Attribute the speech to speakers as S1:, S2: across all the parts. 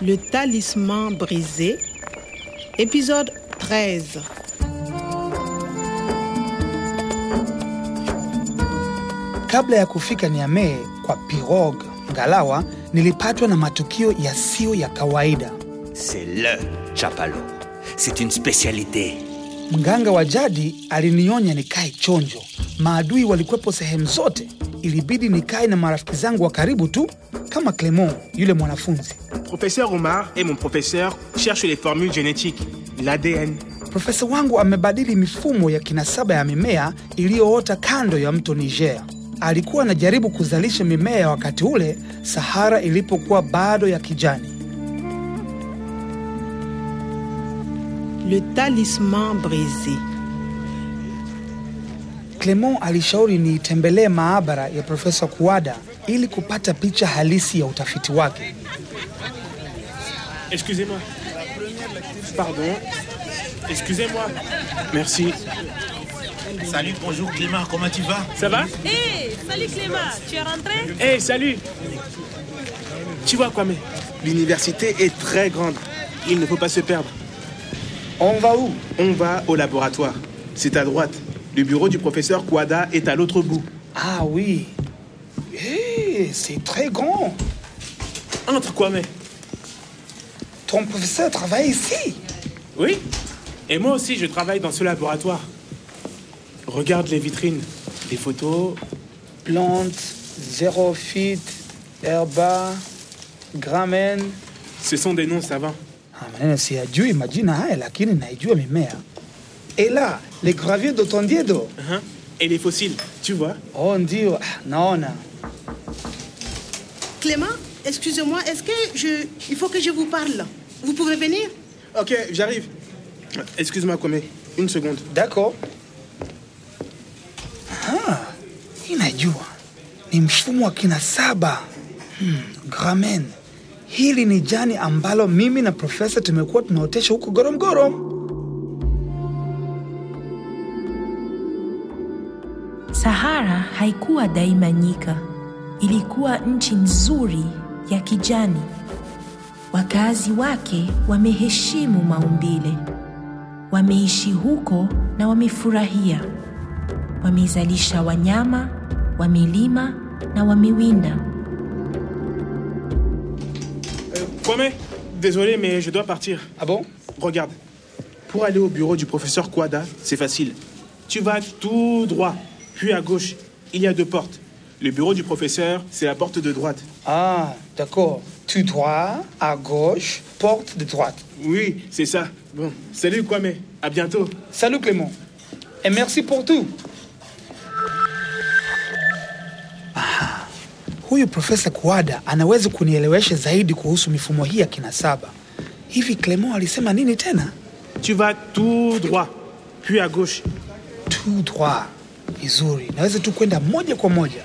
S1: Le talisman brisé, épisode 13.
S2: Kabla ya kufika Niamey kwa Pirog Ngalawa, nilipatwa na matukio yasiyo ya kawaida.
S3: C'est LE chapalo. C'est une spécialité.
S2: Mganga wa jadi alinionya nikae chonjo, maadui walikuwepo sehemu zote. Ilibidi nikae na marafiki zangu wa karibu tu, kama Clement yule mwanafunzi.
S4: Professeur Omar et mon professeur cherchent les formules génétiques, l'ADN.
S2: Profesa wangu amebadili mifumo ya kinasaba ya mimea iliyoota kando ya mto Niger. Alikuwa anajaribu kuzalisha mimea ya wakati ule Sahara ilipokuwa bado ya kijani.
S1: Le talisman brisé.
S2: Clement alishauri niitembelee maabara ya Profesa Kuwada ili kupata picha halisi ya utafiti wake.
S4: Excusez-moi. Pardon. Excusez-moi. Merci.
S5: Salut, bonjour Clément, comment tu vas
S4: Ça va
S6: Hé, Eh, salut Clément, tu es rentré
S4: Eh, salut Tu vois, Kwame, l'université est très grande. Il ne faut pas se perdre.
S2: On va où?
S4: On va au laboratoire. C'est à droite. Le bureau du professeur Kwada est à l'autre bout.
S2: Ah oui. Hey, c'est très grand.
S4: Entre, Kwame.
S2: Ton professeur travaille ici.
S4: Oui Et moi aussi, je travaille dans ce laboratoire. Regarde les vitrines, les photos.
S2: Plantes, xérophytes, herba, gramen.
S4: Ce sont des noms savants.
S2: Ah, maneno siyajui majina haya lakini naijua mimea. Ela, le gravier dotondiedo.
S4: Hein Et les fossiles, tu vois
S2: Oh ndio, ah, naona.
S7: Clément, excusez-moi, est-ce que je... Il faut que je vous parle. Vous pouvez venir
S4: Ok, j'arrive. Excuse-moi, Kwame. Une seconde.
S2: D'accord. Ah, hii najua. Ni mfumo wa kinasaba. Hmm, gramen. Hili ni jani ambalo mimi na profesa tumekuwa tunaotesha huko Goromgorom.
S8: Sahara haikuwa daima nyika, ilikuwa nchi nzuri ya kijani. Wakazi wake wameheshimu maumbile, wameishi huko na wamefurahia. Wamezalisha wanyama, wamelima na wamewinda.
S4: Euh, Kwame, désolé, mais je dois partir.
S2: Ah bon?
S4: Regarde. Pour aller au bureau du professeur Kwada, c'est facile. Tu vas tout droit, puis à gauche. Il y a deux portes. Le bureau du professeur, c'est la porte de droite.
S2: Ah, d'accord. Tout droit, à gauche, porte de droite.
S4: Oui, c'est ça. Bon, salut Kwame. À bientôt.
S2: Salut Clément. Et merci pour tout. Huyu Profesa Kuada anaweza kunielewesha zaidi kuhusu mifumo hii ya kinasaba. Hivi Clement alisema nini tena?
S4: Tu vas tout droit, puis à gauche.
S2: Tout droit. Vizuri, naweza tu kwenda moja kwa moja.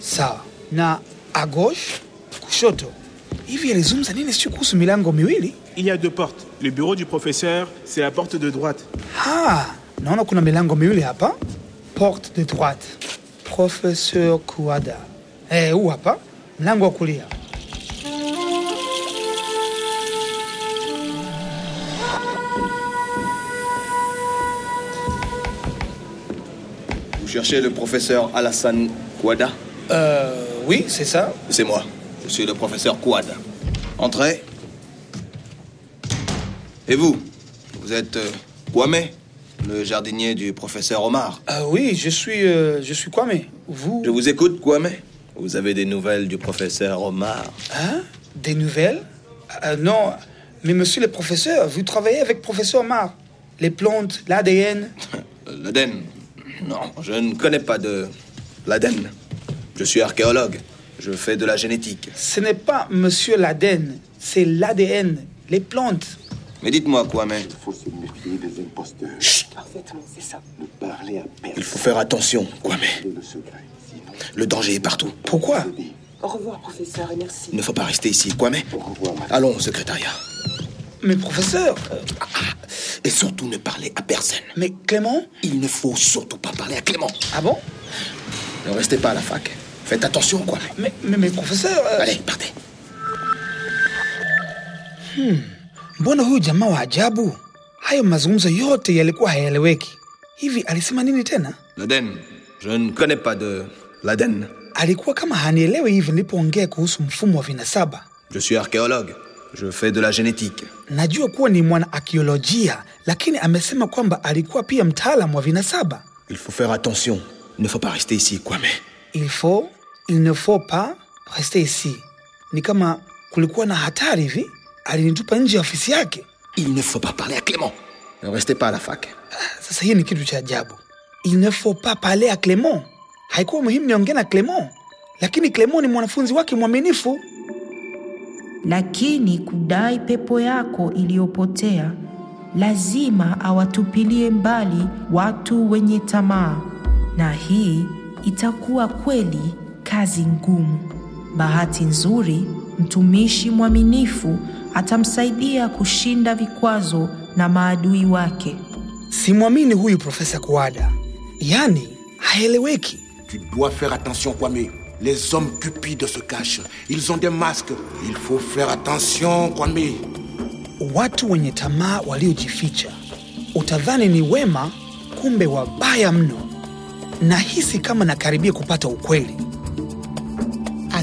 S2: Sawa. Na à gauche, kushoto. Hivi alizungumza nini sio kuhusu milango miwili?
S4: Il y a deux portes. Le bureau du professeur, c'est la porte de droite.
S2: Ha, Ah, naona kuna milango miwili hapa. Porte de droite. Professeur Kuada. Eh, huu hapa mlango wa kulia.
S9: Vous cherchez le professeur Alassane Kouada
S2: Euh, oui, c'est ça.
S9: C'est moi. Je suis le professeur Kouada. Entrez. Et vous Vous êtes euh, Kwame, le jardinier du professeur Omar.
S2: Ah oui, je suis euh, je suis Kwame. Vous
S9: Je vous écoute, Kwame. Vous avez des nouvelles du professeur Omar
S2: Hein Des nouvelles Euh, Non, mais monsieur le professeur, vous travaillez avec professeur Mar. Les plantes, l'ADN.
S9: Euh, L'Aden Non, je ne connais pas de l'Aden. Je suis archéologue. Je fais de la génétique.
S2: Ce n'est pas monsieur l'ADN, c'est l'ADN, les plantes.
S9: Mais dites-moi, Kwame,
S10: faut se méfier des imposteurs. Parfaitement, c'est ça. Ne parler à personne.
S9: il faut faire attention, Kwame.
S10: C'est le secret. Sinon,
S9: Le danger est partout.
S2: Pourquoi
S7: Au revoir, professeur, et merci.
S9: Il ne faut pas rester ici, Kwame.
S10: revoir, madame.
S9: Allons au secrétariat. Ah.
S2: Mais professeur, euh,
S9: Et surtout ne parler à personne.
S2: mais Clément
S9: Il ne faut surtout pas parler à Clément.
S2: Ah bon
S9: Ne restez pas à la fac. Faites attention, Kwame.
S2: mais, mais, mais professeur... euh,
S9: Allez, partez.
S2: Hmm, mbona huyu jamaa wa ajabu? Hayo mazungumzo yote yalikuwa hayaeleweki. Hivi alisema nini tena?
S9: L'Aden. Je ne connais pas de l'Aden.
S2: Alikuwa kama hanielewi hivi nilipoongea kuhusu mfumo wa vinasaba.
S9: Je suis archéologue. Je fais de la génétique.
S2: Najua kuwa ni mwana akiolojia, lakini amesema kwamba alikuwa pia mtaalamu wa vinasaba.
S9: Il faut faire attention. Il ne faut pas rester ici, Kwame.
S2: Il faut, il ne faut pas rester ici. Ni kama kulikuwa na hatari hivi. Alinitupa nje ya ofisi yake.
S9: Il ne faut pas parler à Clément. Ne restez pas à la fac.
S2: Sasa hii ni kitu cha ajabu. Il ne faut pas parler à Clement. Haikuwa muhimu niongee na Clement, lakini Clement ni mwanafunzi wake mwaminifu.
S8: lakini kudai pepo yako iliyopotea, lazima awatupilie mbali watu wenye tamaa, na hii itakuwa kweli kazi ngumu. Bahati nzuri, mtumishi mwaminifu atamsaidia kushinda vikwazo na maadui wake.
S2: Simwamini huyu Profesa Kuada, yaani haeleweki.
S11: Tu dois faire attention, Kwame. Les hommes cupides se cachent. Ils ont des masques. Il faut faire attention, Kwame.
S2: Watu wenye tamaa waliojificha, utadhani ni wema, kumbe wabaya mno. Nahisi kama nakaribia kupata ukweli.
S1: À